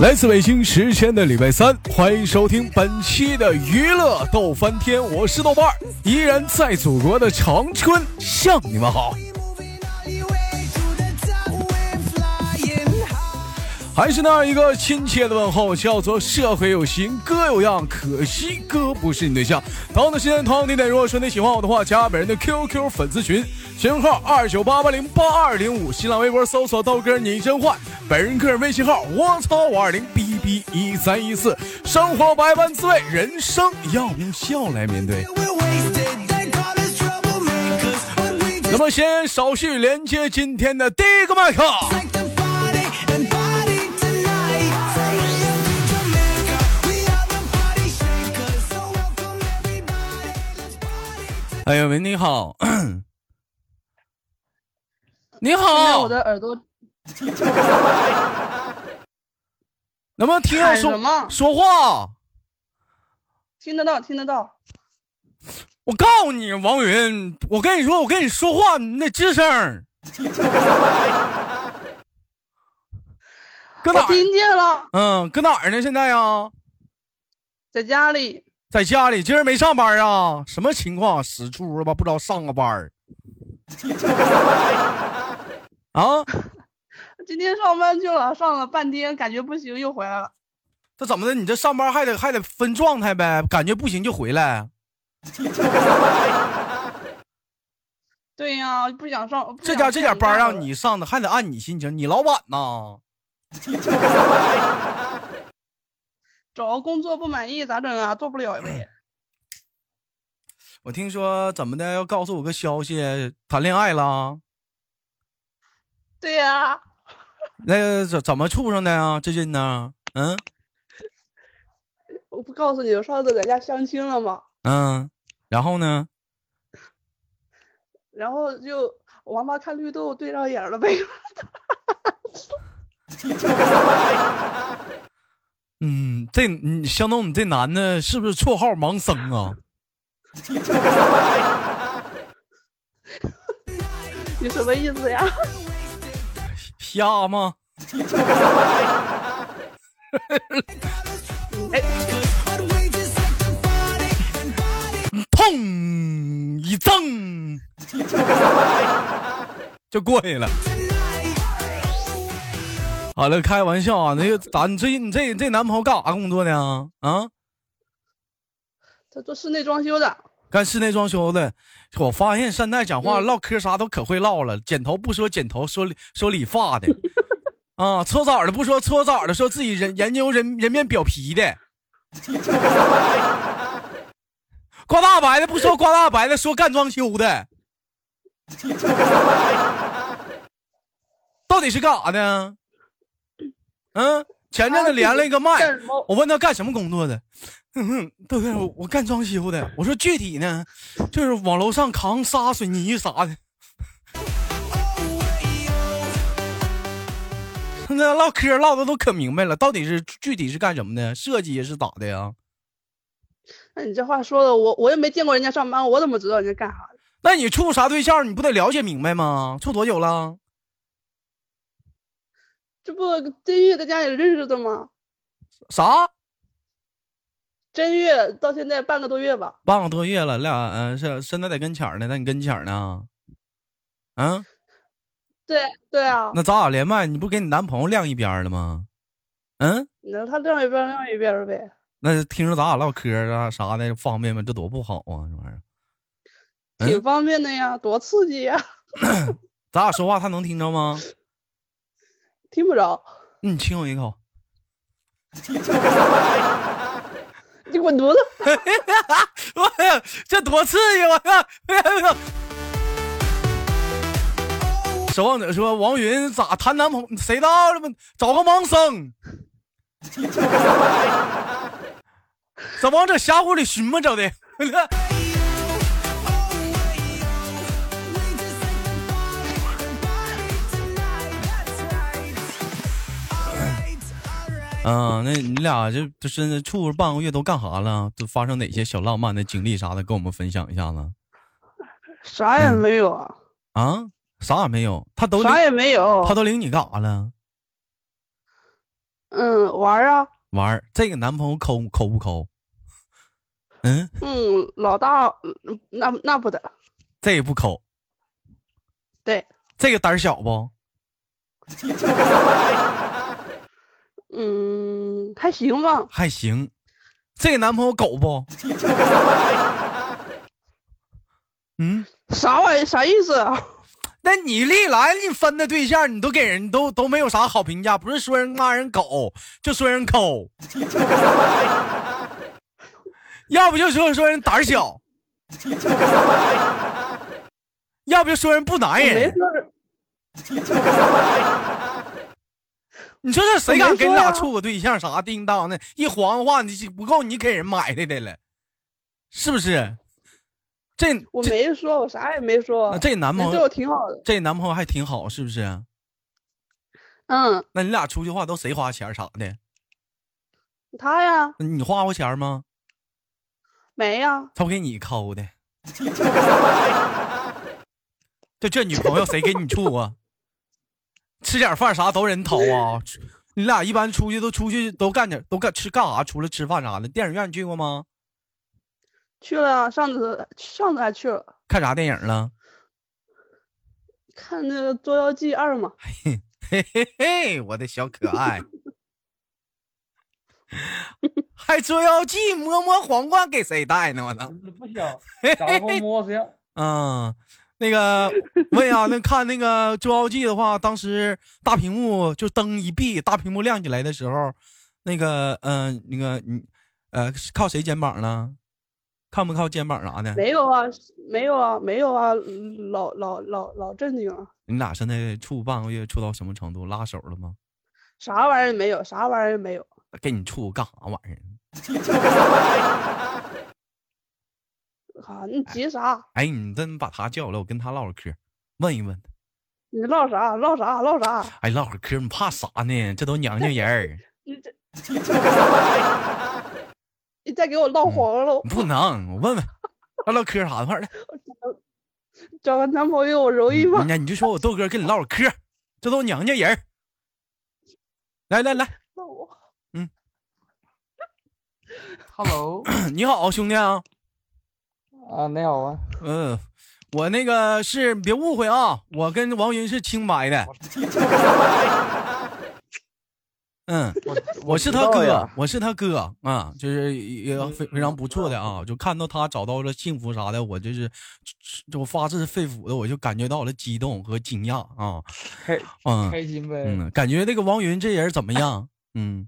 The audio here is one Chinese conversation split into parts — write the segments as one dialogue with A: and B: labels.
A: 来自北京时间的礼拜三，欢迎收听本期的娱乐逗翻天，我是豆瓣儿，依然在祖国的长春向你们好。还是那样一个亲切的问候，叫做社会有型，哥有样，可惜哥不是你对象。同样的时间，同样地点，如果说你喜欢我的话，加本人的 QQ 粉丝群，群号二九八八零八二零五，新浪微博搜索豆哥你真坏，本人个人微信号我操五二零 bb 一三一四。生活百般滋味，人生要用笑来面对。那么先少叙，连接今天的第一个麦克。哎呦喂，你好，你
B: 现在
A: 好
B: 我，的耳朵
A: 能不能听我
B: 喊
A: 说
B: 什么
A: 说话？
B: 听得到，听得到。
A: 我告诉你，王云，我跟你说，我跟你说话，你得吱声 儿。搁
B: 我
A: 哪儿？
B: 听见了，
A: 嗯，搁哪儿呢？现在呀，
B: 在家里
A: 在家里，今儿没上班啊？什么情况？死出了吧？不知道上个班儿。 啊，
B: 今天上班去了，上了半天，感觉不行，又回来了。
A: 这怎么的？你这上班还得还得分状态呗，感觉不行就回来。
B: 对呀、不想上。不
A: 这
B: 想
A: 家这点班让
B: 上了
A: 你上的，还得按你心情，你老板呐。
B: 找个工作不满意咋整啊？做不了呗。
A: 我听说怎么的要告诉我个消息，谈恋爱了，啊
B: 对呀、
A: 那个怎怎么处上的呀？最近呢？嗯
B: 我不告诉你，我上次在家相亲了嘛，
A: 嗯，然后呢？
B: 然后就王八看绿豆对上眼了呗。
A: 嗯，这你相当你这男的是不是绰号盲僧啊？
B: 你什么意思呀？
A: 瞎吗？砰一蹬， 就过去了。好了，开玩笑啊！那个咋？你最近你这这男朋友干啥工作呢？啊，
B: 他做室内装修的，
A: 干室内装修的。我发现现在讲话、
B: 嗯
A: 唠嗑啥都可会唠了，剪头不说剪头，说理说理发的， 啊，搓澡的不说搓澡的，说自己人研究人人面表皮的， 刮大白的不说刮大白的，说干装修的， 到底是干啥的？嗯，前阵子连了一个麦，
B: 干什么？
A: 我问他干什么工作的，嗯哼，豆哥，我我干装修的。我说具体呢，就是往楼上扛沙、水泥啥的。 那唠嗑唠的都可明白了，到底是具体是干什么的？设计是咋的呀？
B: 那哎你这话说的，我我也没见过人家上班，我怎么知道人家干啥的？
A: 那你处啥对象，你不得了解明白吗？处多久了？
B: 这不真月在家里认识的吗？
A: 啥？
B: 正月到现在半个多月吧，
A: 半个多月了，俩嗯、呃是现在在跟前儿呢，在你跟前儿呢。嗯，
B: 对对啊，
A: 那咱俩连麦，你不跟你男朋友晾一边儿了吗？嗯。
B: 那他晾一边儿晾一边儿呗。
A: 那听着咱俩唠嗑啊啥的方便吗？这多不好啊！这玩意儿，嗯
B: 挺方便的呀，多刺激呀，
A: 咱俩说话他能听着吗？
B: 听不着，
A: 你亲我一口，
B: 你滚犊子！
A: 我操，这多刺激！我操！ 守望者说：“王云咋谈男朋友？谁知道了吗？找个盲僧， 怎么往这峡谷里寻摸着的？ 嗯，那你俩这这是处半个月都干啥了？都发生哪些小浪漫的经历啥的，跟我们分享一下子
B: 啥也没有啊，
A: 啊？嗯啥也没有，他都领
B: 啥也没有
A: 他。都领你干啥了？
B: 嗯，玩儿啊，
A: 玩儿。这个男朋友抠抠不抠？嗯，
B: 嗯，老大，嗯那那不得，
A: 这也不抠。
B: 对，
A: 这个胆儿小不？
B: 嗯，还行吧，
A: 还行。这个男朋友狗不？ 嗯，
B: 啥玩意啥意思啊？
A: 那你历来你分的对象，你都给人都都没有啥好评价，不是说人骂人狗，就说人抠， 要不就说说人胆儿小， 要不就说人不男
B: 没
A: 人。
B: 说是，
A: 你说这谁敢跟你
B: 我没说
A: 俩
B: 呀
A: 处个对象啥叮当的？一黄话你不够你给人买来的了，是不是？这
B: 我
A: 这
B: 没说，我啥也没说
A: 那，这男朋友
B: 人对我挺好的，
A: 这男朋友还挺好，是不是？
B: 嗯，
A: 那你俩出去的话，都谁花钱儿啥的？
B: 他呀
A: 那你花过钱儿吗？
B: 没呀，
A: 他不给你抠的。 就这女朋友谁跟你处啊？吃点饭啥都人掏啊？你俩一般出去都出去都干点都干吃干啥？除了吃饭啥的，电影院你去过吗？
B: 去了呀，上次上次还去了，
A: 看啥电影了？
B: 看那个《捉妖记二》嘛，
A: 嘿嘿嘿，我的小可爱，还捉妖记摸摸皇冠给谁戴呢？我操！
C: 不香，咋不摸谁？
A: 嗯，那个问啊，那看那个《捉妖记》的话，当时大屏幕就灯一闭，大屏幕亮起来的时候，那个嗯、那个你呃，是靠谁肩膀呢？靠不靠肩膀啥 的？
B: 没有啊，没有啊，没有啊，嗯老老老老正经啊，
A: 你俩现在处半个月，处到什么程度？拉手了吗？
B: 啥玩意儿也没有，啥玩意儿也没有，
A: 跟你处干啥玩意儿？
B: 啊，你急啥？
A: 哎，你真把他叫来，我跟他唠会儿嗑，问一问。
B: 你唠啥？唠啥？唠啥？
A: 哎，唠会儿嗑，你怕啥呢？这都娘家人儿，
B: 你这， 你再给我唠黄了，我
A: 不能。我问问，唠唠嗑啥的，快点来。
B: 找个男朋友哎我容易吗
A: 你？看，你就说我豆哥跟你唠会儿嗑，这都娘家人儿。来来 来，
B: 那 我
C: Hello，
A: 你好，兄弟啊，
C: 啊，你好啊，
A: 嗯、我那个是别误会啊，我跟王云是清白的。嗯，
C: 我
A: 我是他
C: 知道
A: 哥
C: 呀，
A: 我是他哥啊、就是也也非非常不错的啊，就看到他找到了幸福啥的，我就是就发自肺腑的，我就感觉到了激动和惊讶啊，
C: 开
A: 嗯
C: 开心呗，
A: 嗯，感觉那个王云这人怎么样？嗯。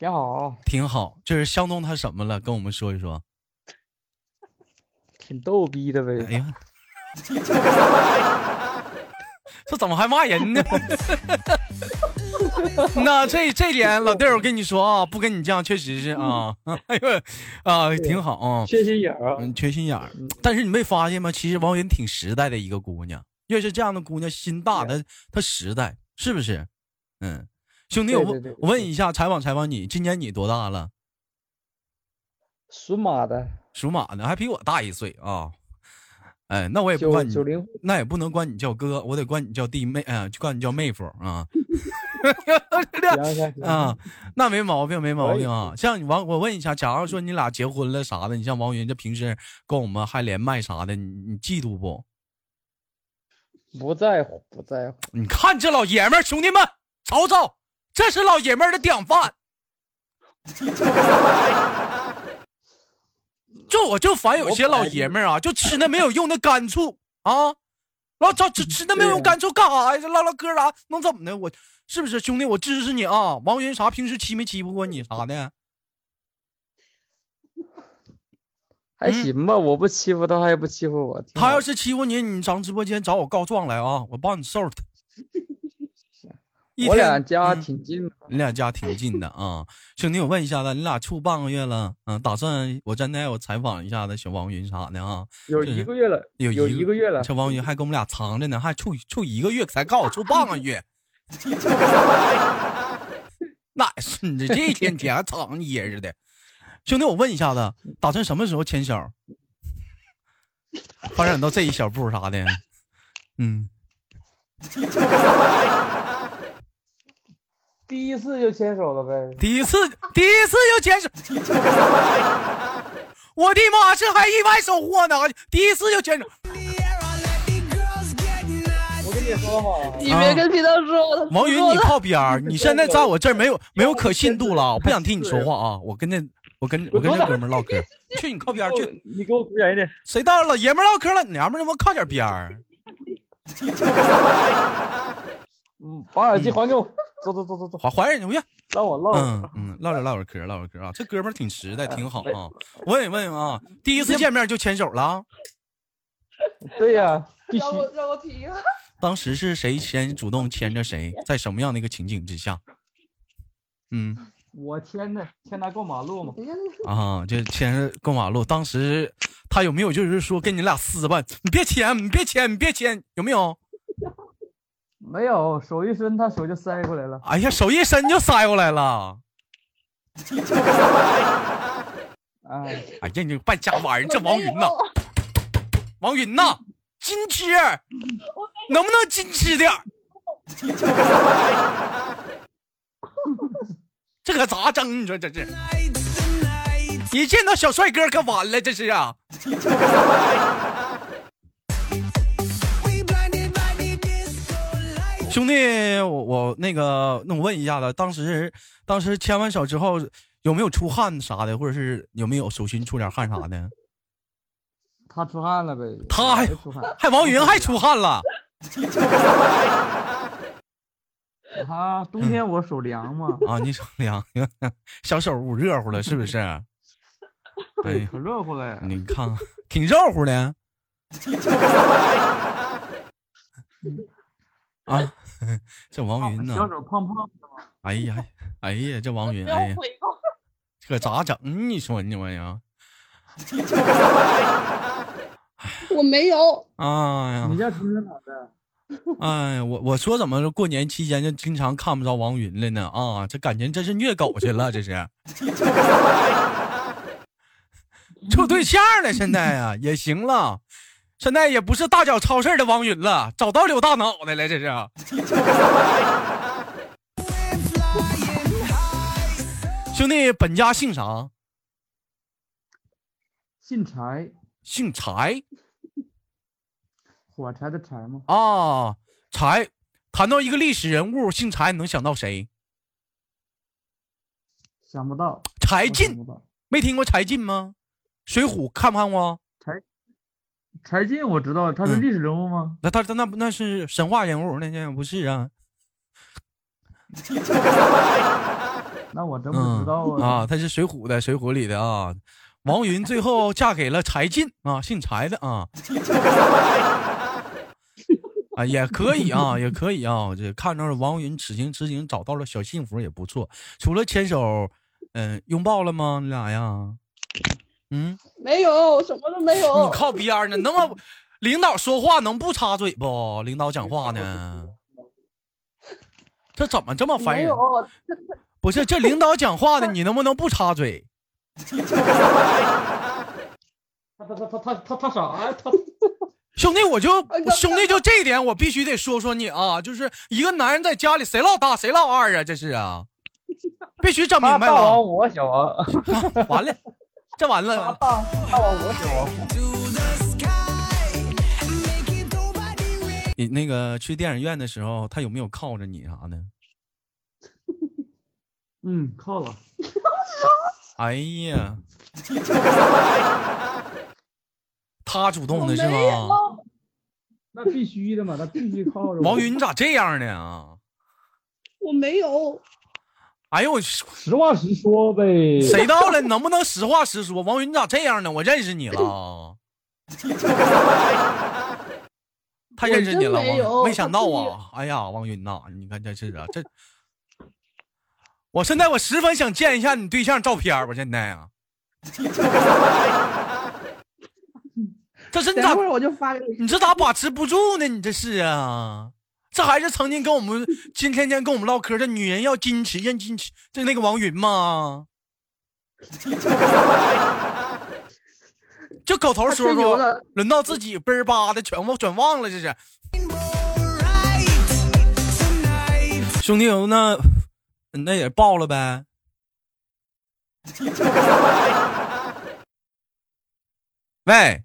C: 挺好，
A: 挺好，就是相中他什么了？跟我们说一说。
C: 挺逗逼的
A: 哎
C: 呗。
A: 呀， 这怎么还骂人呢？ 那这这点老弟 儿，我跟你说啊，不跟你犟，确实是啊，
C: 嗯
A: 哎呦，啊，挺好啊，
C: 缺心眼儿啊，
A: 嗯，缺心眼儿。但是你没发现吗？其实王云挺实在的一个姑娘，越是这样的姑娘，心大，她她实在，是不是？嗯，兄弟，我
C: 对对
A: 问
C: 对
A: 我问一下，采访采访你，今年你多大了？
C: 属马的，
A: 属马的，还比我大一岁啊。哎，那我也不
C: 九
A: 管你，
C: 九零后，
A: 那也不能管你叫哥，我得管你叫弟妹，啊、就管你叫妹夫啊。
C: 行行行，
A: 啊，那没毛病，没毛病啊。像你王，我问一下，假如说你俩结婚了啥的，你像王云这平时跟我们还连麦啥的，你你嫉妒不？
C: 不在乎不在乎，
A: 你看这老爷们儿，兄弟们，瞅瞅，这是老爷们儿的典范。就我就烦有些老爷们儿啊，就吃那没有用的干醋啊，老找吃吃那没有用干醋干啥呀？这唠唠嗑啥能啊怎么的？我是不是兄弟？我支持你啊！王云啥平时欺没欺负过你啥的？
C: 还行吧，我不欺负他，他也不欺负我。挺
A: 嗯他要
C: 好
A: 是欺负你，你上直播间找我告状来啊！我帮你收拾他。一
C: 我
A: 天
C: 俩家
A: 嗯
C: 挺近的，
A: 你俩家挺近的啊，兄弟，我问一下子，你俩处半个月了，嗯、打算我站台我采访一下子小王云啥的啊？
C: 有
A: 是
C: 一个月了，
A: 有
C: 有
A: 一
C: 一
A: 个
C: 个月了，
A: 小王云还跟我们俩藏着呢，还处处一个月才告诉我处半个月， 那是你这一天天还藏掖着的。兄弟，我问一下子，打算什么时候牵手？发展到这一小步啥的？嗯，
C: 第一次就牵手了呗。
A: 第一次，第一次就牵手， 我的妈，这还意外收获呢！第一次就牵手，
C: 我跟你说哈，
B: 你别跟皮特说，他
A: 啊王云，
B: 说
A: 你
B: 的
A: 靠边儿，你现在在我这儿没 有没有可信度了，我不想听你说话啊！我跟那我跟我跟那哥们儿唠 嗑，去你靠边儿去，
C: 你给我滚远一点。
A: 谁到老爷们儿唠嗑了，娘们儿他妈靠点边儿。
C: 嗯，把耳机还给我。走走走走走，
A: 还还人家回去，
C: 让我唠。
A: 嗯嗯，唠点唠点嗑，唠点嗑啊！这哥们儿挺实在，挺好啊。我也问啊，第一次见面就牵手了，
C: 对呀、必须
B: 让我让我停 啊了。
A: 当时是谁先主动牵着谁，在什么样的一个情景之下？嗯
C: 我牵的，牵他过马路嘛。
B: 你看那个
A: 啊，就牵着过马路。当时他有没有就是说跟你俩撕吧？你别牵，你别牵，你别牵，有没有？
C: 没有，手一伸，他手就塞过来了。
A: 哎呀，手一伸就塞过来了。
C: 哎，
A: 哎呀，你这败家玩意儿，这王云呐，王云呐，矜持，能不能矜持点儿？ 这可咋整？你说这是，一见到小帅哥可完了，这是啊。兄弟，我我那个，那我问一下子，当时当时牵完手之后有没有出汗啥的，或者是有没有手心出点汗啥的？
C: 他出汗了呗。
A: 他还
C: 我出汗。
A: 还王云还出汗了，
C: 他冬天我手凉嘛，
A: 啊，你手凉，小手捂热乎了是不是？哎
C: 对，
A: 呀，
C: 可热乎了。
A: 你看看，挺热乎的。啊， 这王云呢？
C: 啊小手胖胖的嘛。
A: 哎呀，哎呀，这王云，
B: 不要
A: 哎呀，
B: 回过，
A: 这可咋整？你说你玩意儿
B: 我没有，
A: 啊呀
C: 你！家出生咋的？
A: 哎，我我说怎么说过年期间就经常看不着王云了呢？啊，这感情真是虐狗去了，这是。处对象了，现在啊也行了，现在也不是大脚超市的王云了，找到柳大脑袋了，这是。兄弟，本家姓啥？
C: 姓柴，
A: 姓柴
C: 火柴的柴吗？
A: 啊，柴。谈到一个历史人物，姓柴，你能想到谁？
C: 想不到。
A: 柴
C: 我想
A: 进。
C: 不到。
A: 没听过柴进吗？水浒看不看过？
C: 柴进我知道，他是
A: 嗯
C: 历史人物吗？
A: 那他他那不那是神话人物，那那不是啊
C: 那我真不知道啊。
A: 啊，他是水浒的，水浒里的啊。王云最后嫁给了柴进啊，姓柴的啊。 啊，也可以啊，也可以啊。这看到了王云此情此景找到了小幸福也不错。除了牵手，嗯、拥抱了吗？你俩呀？嗯，
B: 没有，什么都没有
A: 你。靠边儿呢？能不能领导说话能不插嘴不？领导讲话呢？这怎么这么烦
B: 没
A: 人
B: 有？，
A: 不是这领导讲话呢，你能不能不插嘴？
C: 他他他他他他啥
A: 哎
C: 呀？他
A: 兄弟，我就
B: 哎哥
A: 兄弟就这一点，我必须得说说你啊！就是一个男人在家里，谁老大谁老二啊？这是啊，必须整明白
C: 大王
A: 了。
C: 我小王，
A: 完了，这完
C: 他
A: 了，
C: 大大王我小王。
A: 你那个去电影院的时候，他有没有靠着你啥的？
C: 嗯，靠了。
A: 哎呀，他主动的是
B: 没
A: 吗？
B: 有，
C: 那必须的嘛，他必须靠着我
A: 王云，你咋这样呢啊？
B: 我没有，
A: 哎呦我去，
C: 实话实说呗。
A: 谁到了？能不能实话实说？王云，你咋这样呢？我认识你了啊，他认识你了，
B: 我真没
A: 王
B: 有
A: 没想到啊！哎呀，王云呐、你看这是啊，这我现在我十分想见一下你对象照片儿，我现在啊， 这是你
B: 等
A: 咋
B: 一会儿我就发给你。
A: 你这咋把持不住呢？你这是啊，这还是曾经跟我们今天天跟我们唠嗑的女人要矜持，认矜持，这那个王云吗？ 就口头说
B: 他吹牛
A: 说
B: 呢，
A: 轮到自己倍儿吧的全忘全忘了，这是。兄弟，那那也爆了呗。喂，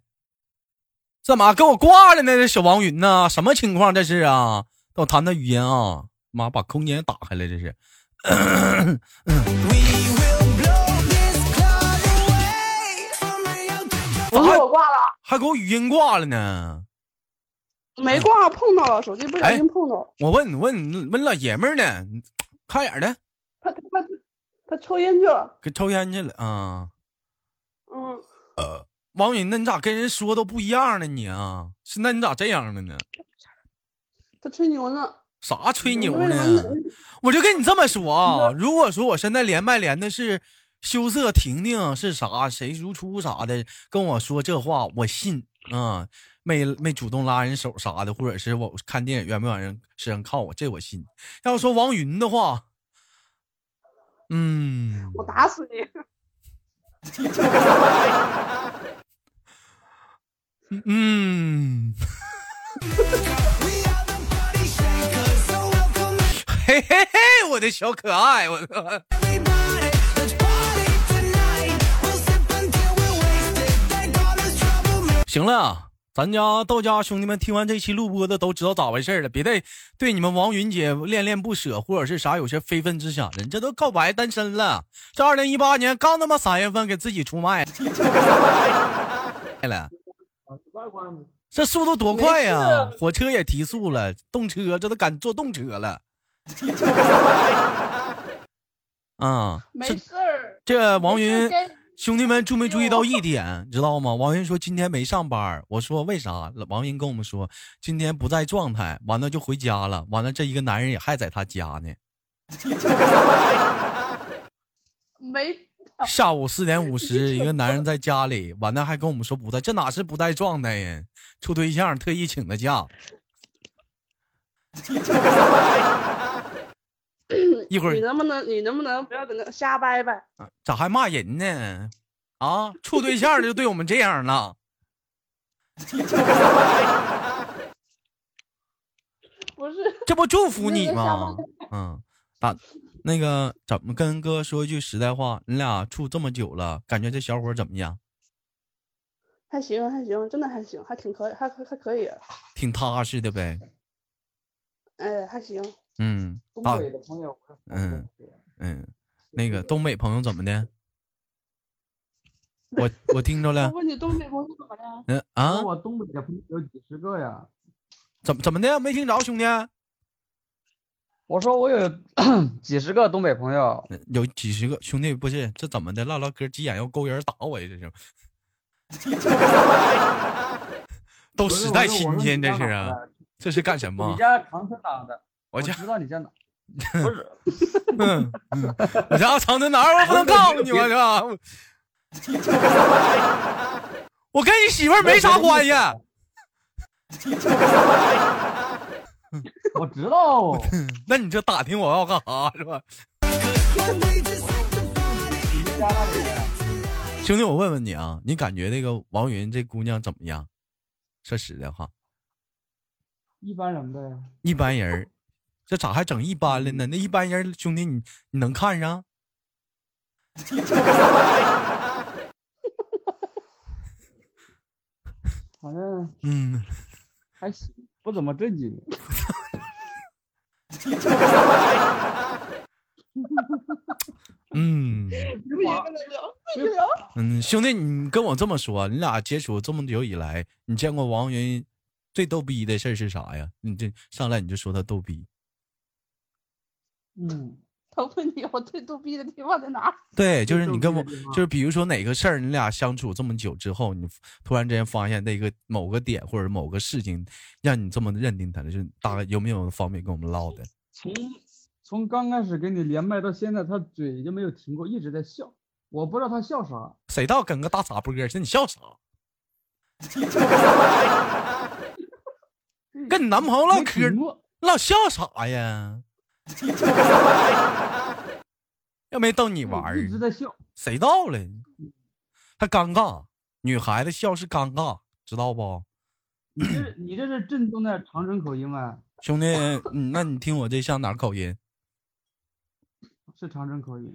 A: 干嘛给我挂了呢？这小王云呐，什么情况这是啊？跟我谈谈语音啊！妈，把空间打开了，这是。
B: 不是我挂了，啊
A: 还给我语音挂了呢。
B: 没挂，碰到了手机不小
A: 哎
B: 心碰到了。
A: 我问你问你问老爷们儿呢，你看眼儿的，
B: 他他他他抽烟去了。
A: 给抽烟去了啊。
B: 嗯，
A: 王云，那你咋跟人说都不一样呢？你啊，是那你咋这样了呢？
B: 他吹牛呢。
A: 啥吹牛
B: 为
A: 呢
B: 什？么你
A: 我就跟你这么说啊，如果说我现在连麦连的是羞涩、婷婷是啥，谁如初啥的，跟我说这话，我信啊、没没主动拉人手啥的，或者是我看电影愿不愿意人身上靠我，这我信。要说王云的话，嗯，
B: 我打死你！
A: 嗯，嘿嘿嘿，我的小可爱，我的行了啊，咱家到家兄弟们听完这期录播的都知道咋回事了，别再对你们王云姐恋恋不舍，或者是啥有些非分之想了，你这都告白单身了，这二零一八年刚他妈三月份给自己出卖了。 这速度多快呀、火车也提速了，动车这都敢坐动车了。 啊、
B: 没
A: 这
B: 事儿。
A: 这王云
B: 该
A: 兄弟们注没注意到一点，知道吗？王云说今天没上班儿，我说为啥？王云跟我们说今天不在状态，完了就回家了，完了这一个男人也还在他家呢。
B: 没
A: 下午四点五十，一个男人在家里，完了还跟我们说不在，这哪是不在状态呀？处对象特意请的假。一会儿
B: 你能不能你能不能不要在那瞎掰掰？
A: 咋还骂人呢？啊，处对象就对我们这样了。
B: 不是，
A: 这不祝福你
B: 那个下
A: 吗？嗯，打那个怎么跟哥说一句实在话，你俩处这么久了，感觉这小伙怎么样？
B: 还行还行，真的还行，还挺可以，还还还可以，啊
A: 挺踏实的呗。
B: 哎，还行。
A: 嗯，
C: 东
A: 打
C: 北的朋友，
A: 嗯嗯，那个东北朋友怎么的？我我听着
B: 我
A: 了，
B: 问你东北工作怎么样？
A: 嗯啊，
C: 我东北的朋友有几十个呀。
A: 怎么怎么的？没听着，兄弟，嗯
C: 我说我有 几十个东北朋友，
A: 嗯有几十个兄弟不是这怎么的？唠唠嗑，急眼要勾人打我呀，这是。都时代新鲜，这是啊，这是干什么
C: 你？家长春哪的？
A: 我家
C: 知道你家哪，不是
A: 嗯，嗯我家藏在哪儿？我不能告诉你，我操！我跟你媳妇儿没啥关系，
C: 我 知道，
A: 那你这打听我要干啥是吧？兄弟，我问问你啊，你感觉这个王云这姑娘怎么样？说实在话，
C: 一般人呗。
A: 一般人儿，这咋还整一般了呢？那一般人儿，兄弟你你能看上？
C: 反正
A: 嗯，
C: 还行，不怎么正经。
A: 嗯
B: 你们一个人聊，自己聊。
A: 嗯，兄弟，你跟我这么说，你俩接触这么久以来，你见过王云最逗逼的事儿是啥呀？你这上来你就说他逗逼，
C: 嗯，
B: 他问你我最逗逼的地方在哪？
A: 对，就是
C: 逗
A: 你
C: 逼
A: 跟
C: 的
A: 我，
C: 地方
A: 就是比如说哪个事儿，你俩相处这么久之后，你突然之间发现那个某个点或者某个事情，让你这么认定他了，就是大概有没有方便跟我们唠的？
C: 从从刚开始跟你连麦到现在，他嘴就没有停过，一直在笑。我不知道他笑啥，
A: 谁到跟个大傻波儿似的，你笑啥？跟你男朋友唠
C: 没
A: 嗑
C: 屏，幕
A: 老笑啥呀？ 又没逗你玩儿，
C: 一直在笑。
A: 谁到了？还尴尬，女孩子笑是尴尬，知道不？
C: 你这是你这是正宗的长春口音啊！
A: 兄弟，嗯那你听我这像哪儿口音？
C: 是长春口音，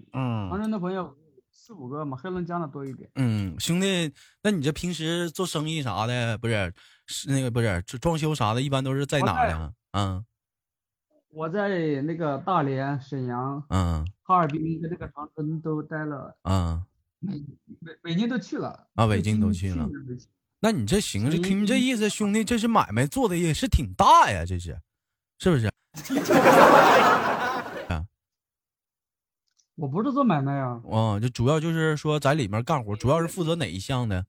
A: 嗯
C: 长春的朋友四五个嘛，黑龙江的多一点。
A: 嗯，兄弟，那你这平时做生意啥的，不是是那个不是就装修啥的，一般都是在
C: 我
A: 哪儿
C: 在
A: 呢？嗯
C: 我在那个大连、沈阳、
A: 嗯
C: 哈尔滨跟那个长春都待了，
A: 嗯，
C: 北北京都去了
A: 啊北京都去嗯了。那你这行，这你这意思，兄弟，这是买卖做的也是挺大呀，这是是不是？
C: 我不是做买卖啊，
A: 啊，就主要就是说在里面干活，主要是负责哪一项的？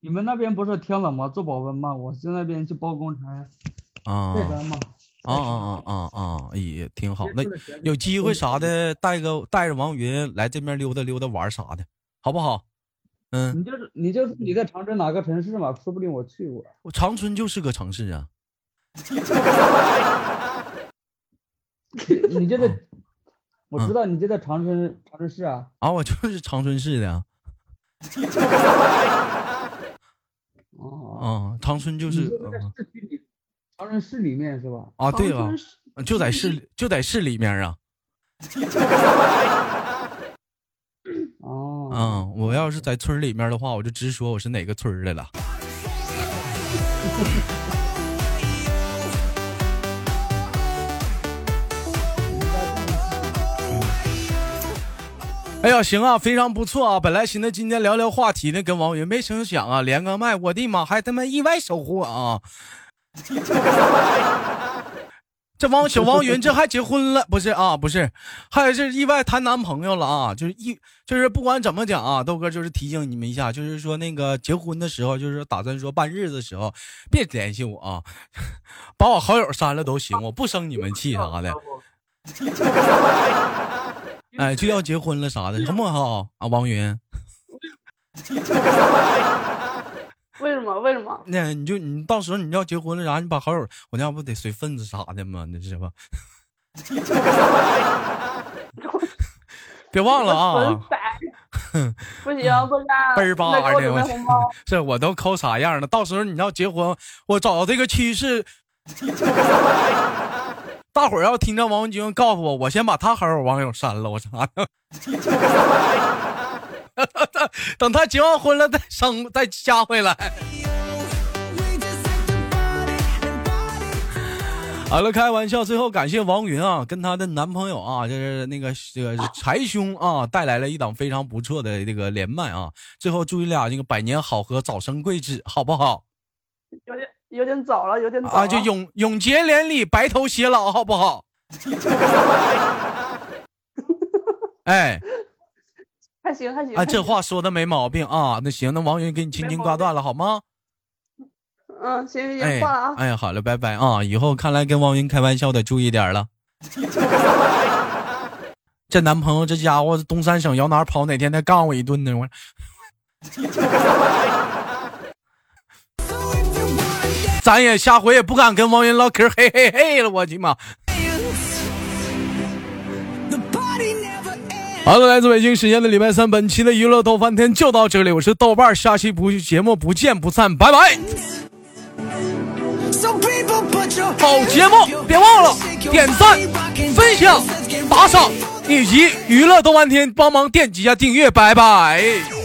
C: 你们那边不是天冷吗？做保温吗？我去那边去包工程，
A: 啊
C: 这边嘛。
A: 啊啊啊啊！哎呀，挺好。那
C: 接触的学历
A: 有机会啥的，带个带着王云来这边溜达溜达玩啥的，好不好？嗯，
C: 你就是你就是你在长春哪个城市嘛？说不定我去过。
A: 我长春就是个城市啊。
C: 你就
A: 哦
C: 在，我
A: 嗯
C: 知道你就在长春长春市啊。
A: 啊，我就是长春市的啊，啊
C: 哦，
A: 长春就
C: 就是在
A: 嗯
C: 市区里，长春市里面是吧？
A: 啊，对
B: 长
A: 啊
B: 春，市
A: 就在市里就在市里面啊。
C: 哦，
A: 嗯，我要是在村儿里面的话，我就直说我是哪个村儿的了。哎呀，行啊，非常不错啊！本来寻思今天聊聊话题呢，跟王云，没成想啊，连个麦，我的妈，还他妈意外收获啊！ 这王小王云这还结婚了，不是啊，不是，还是意外谈男朋友了啊！就是一就是不管怎么讲啊，豆哥就是提醒你们一下，就是说那个结婚的时候，就是打算说办日子的时候，别联系我啊， 把我好友删了都行，我不生你们气啥的。哎，就要结婚了啥的，什么好啊？王云，
B: 为什么？为什么？
A: 那你就你到时候你要结婚了啥，你把好友，我那不得随份子啥的吗？那是吧？ 别忘了
B: 我
A: 啊
B: 纯， 白不行，不然
A: 倍儿巴
B: 再给我
A: 的我
B: 准备红包。
A: 这我都抠啥样了？到时候你要结婚，我找这个趋势。 大伙儿要听着王军告诉我，我先把他好友网友删了，我啥的。 等他结完婚了再生再加回来。好了，开玩笑。最后感谢王云啊，跟她的男朋友啊，就是那个这个柴兄啊，带来了一档非常不错的这个连麦啊。最后祝你俩这个百年好合，早生贵子，好不好？
B: 有点有点早了，有点早了
A: 啊，就永永结连理，白头偕老，好不好？哎，
B: 还行还行
A: 啊，
B: 还
A: 这
B: 行
A: 话说的没毛病啊。那行，那王云给你轻轻挂断了，好吗？
B: 嗯，行行
A: 哎
B: 行，挂了啊，，
A: 哎，好了，拜拜啊！以后看来跟王云开玩笑得注意点儿了。 这男朋友这家伙东三省摇哪跑，哪天再干我一顿呢？我 咱也下回也不敢跟王云唠嗑，嘿嘿嘿了，我的妈！好了，来自北京时间的礼拜三，本期的娱乐逗翻天就到这里，我是豆瓣儿，下期不节目不见不散，拜拜。
D: 好节目，别忘了点赞、分享、打赏。
A: 以及娱乐动漫天帮忙点击一下订阅，拜拜。